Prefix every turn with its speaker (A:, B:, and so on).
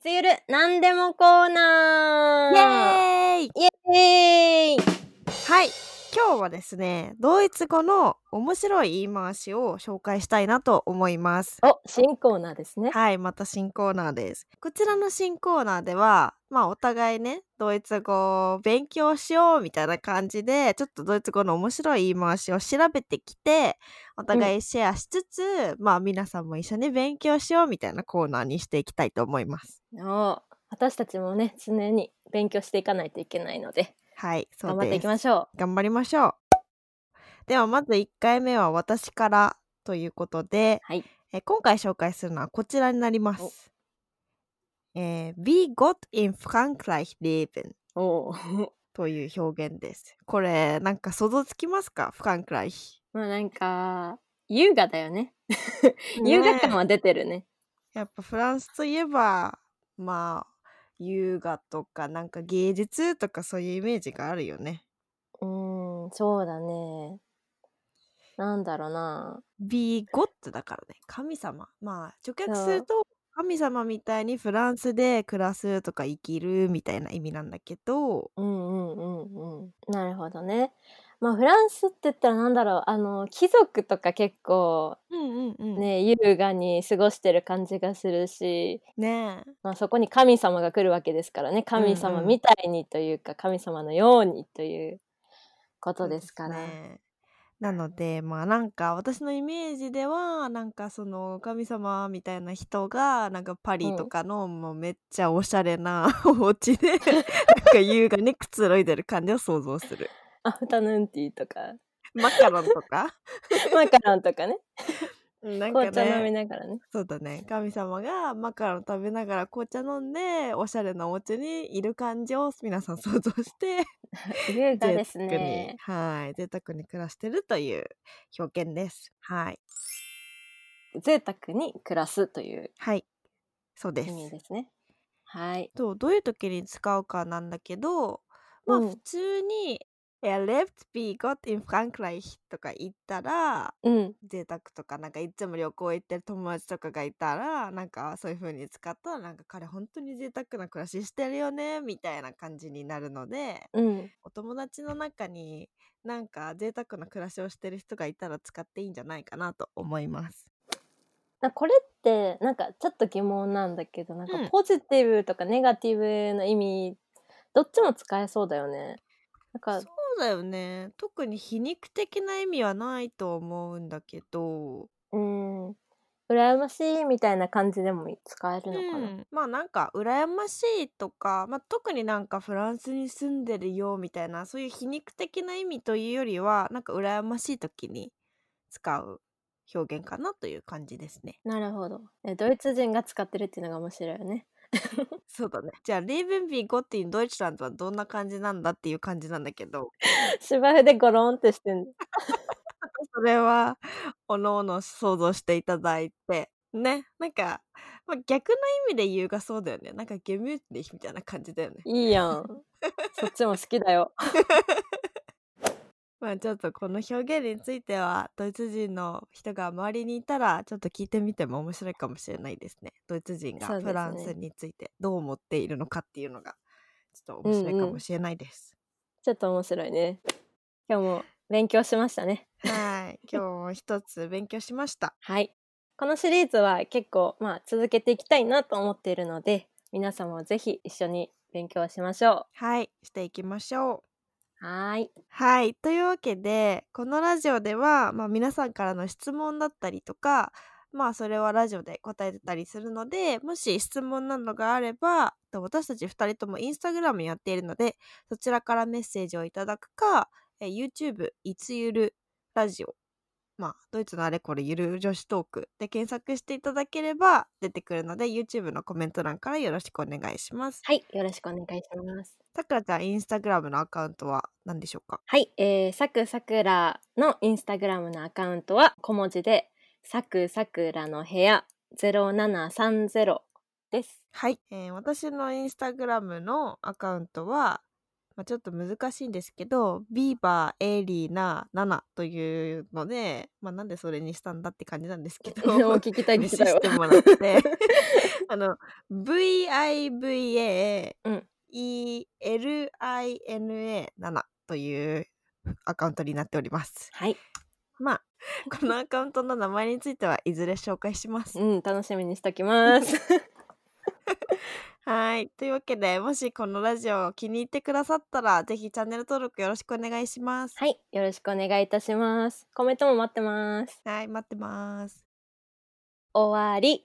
A: つゆるなんでもコーナー
B: エーイ
A: イエーイ
B: はい今日はですねドイツ語の面白い言い回しを紹介したいなと思います
A: お、新コーナーですね。
B: はいまた新コーナーですこちらの新コーナーではまあお互いねドイツ語を勉強しようみたいな感じでちょっとドイツ語の面白い言い回しを調べてきてお互いシェアしつつ、まあ皆さんも一緒に勉強しようみたいなコーナーにしていきたいと思います
A: お私たちもね、常に勉強していかないといけないので、
B: はいそうで
A: 頑
B: す
A: 張っていきましょ
B: 頑張りましょうではまず1回目は私からということで、
A: はい
B: えー今回紹介するのはこちらになりま
A: お
B: す。えー Wie Gott in Frankreich leben
A: う。おー
B: という表現です。これなんか想像つきますかフランクライヒ。
A: まあなんか、優雅だよね。優雅感
B: ね
A: は出てるね。
B: えやっぱフランスといえばまあ優雅とかなんか芸術とかそういうイメージがあるよね。
A: うーん、そうだね。なんだろうな。
B: ビーゴッドだからね神様まあ直訳
A: そう
B: すると神様みたいにフランスで暮らすとか生きるみたいな意味なんだけど
A: うんうんうんうん。なるほどね。まあフランスって言ったらなんだろう、あの、貴族とか結構
B: うんうんうんね
A: ね、優雅に過ごしてる感じがするし、
B: ねえ
A: まあ、そこに神様が来るわけですからね神様みたいにというか、神様のようにということですから。
B: ねなのでまあなんか私のイメージではなんかその神様みたいな人がなんかパリとかの、もうめっちゃおしゃれな お家でなんか優雅にくつろいでる感じを想像する
A: アフタヌーンティーとか
B: マカロンと か
A: マカロンとかね
B: なんか
A: 紅茶飲み
B: ね
A: ながらね
B: そうだね神様がマカロン食べながら紅茶飲んでおしゃれなお家にいる感じを皆さん想像して
A: 優雅です
B: 贅沢に
A: ね。
B: はい贅沢に暮らしてるという表現ですはい
A: 贅沢に暮らすという
B: はいそうで
A: 意
B: す
A: 味ですね。はい。
B: とどういう時に使うかなんだけどまあ
A: うん
B: 普通に「Er lebt wie Gott in Frankreich」とか言ったら
A: うん。
B: 贅沢とかなんかいつも旅行行ってる友達とかがいたらなんかそういう風に使ったらなんか彼本当に贅沢な暮らししてるよねみたいな感じになるので
A: うん。
B: お友達の中になんか贅沢な暮らしをしてる人がいたら使っていいんじゃないかなと思います。
A: なこれってなんかちょっと疑問なんだけどなんか
B: うん
A: ポジティブとかネガティブの意味、どっちも使えそうだよね。なんか
B: そうだよね特に皮肉的な意味はないと思うんだけど
A: うん、羨ましいみたいな感じでも使えるのかな。
B: うんまあなんか羨ましいとか、まあ、特になんかフランスに住んでるよみたいなそういう皮肉的な意味というよりはなんか羨ましい時に使う表現かなという感じですね。
A: なるほど。え、ドイツ人が使ってるっていうのが面白いよね。
B: そうだね。じゃあレーベンビーゴッティンドイツランドはどんな感じなんだっていう感じなんだけど
A: 芝生でゴロンってしてん
B: それはおのおの想像していただいてねなんか、まあ、逆の意味で言うがそうだよねなんかゲミューティみたいな感じだよね。
A: いいやん。 そっちも好きだよ。
B: まあちょっとこの表現についてはドイツ人の人が周りにいたらちょっと聞いてみても面白いかもしれないですねドイツ人
A: そうで
B: が
A: すね
B: フランスについてどう思っているのかっていうのがちょっと面白いかもしれないです、
A: ちょっと面白いね。今日も勉強しましたね。
B: はい 今日も一つ勉強しました
A: はい。このシリーズは結構、まあ、続けていきたいなと思っているので、皆さんもぜひ一緒に勉強しましょ
B: はいしていきましょう
A: う。はーい。
B: はい。というわけで、このラジオでは、まあ、皆さんからの質問だったりとか、まあ、それはラジオで答えてたりするので、もし質問などがあれば、と私たち2人ともインスタグラムやっているので、そちらからメッセージをいただくか、え YouTube、いつゆるラジオ、まあ、ドイツのあれこれゆる女子トークで検索していただければ出てくるので、YouTube のコメント欄からよろしくお願いします。
A: はい。よろしくお願いします。
B: さくらちゃん、インスタグラムのアカウントは何でしょうか
A: はい、えー、さくさくらのインスタグラムのアカウントは小文字で、さくさくらの部屋0730です。
B: はい、えー私のインスタグラムのアカウントはまあ、ちょっと難しいんですけど、ビーバー、エリーナ、ナナというので、まあ、なんでそれにしたんだって感じなんですけど、
A: もう聞きたい聞
B: 見
A: き
B: せ
A: たいわ
B: し。てもらって、あの、VIVA、
A: うん、
B: ELINA7 というアカウントになっております。
A: はい、
B: まあ、このアカウントの名前についてはいずれ紹介します。
A: うん、楽しみにしときます。
B: はい。というわけで、もしこのラジオを気に入ってくださったら、ぜひチャンネル登録よろしくお願いします。
A: はい、よろしくお願いいたします。コメントも待ってます。
B: はい、待ってます。
A: 終わり。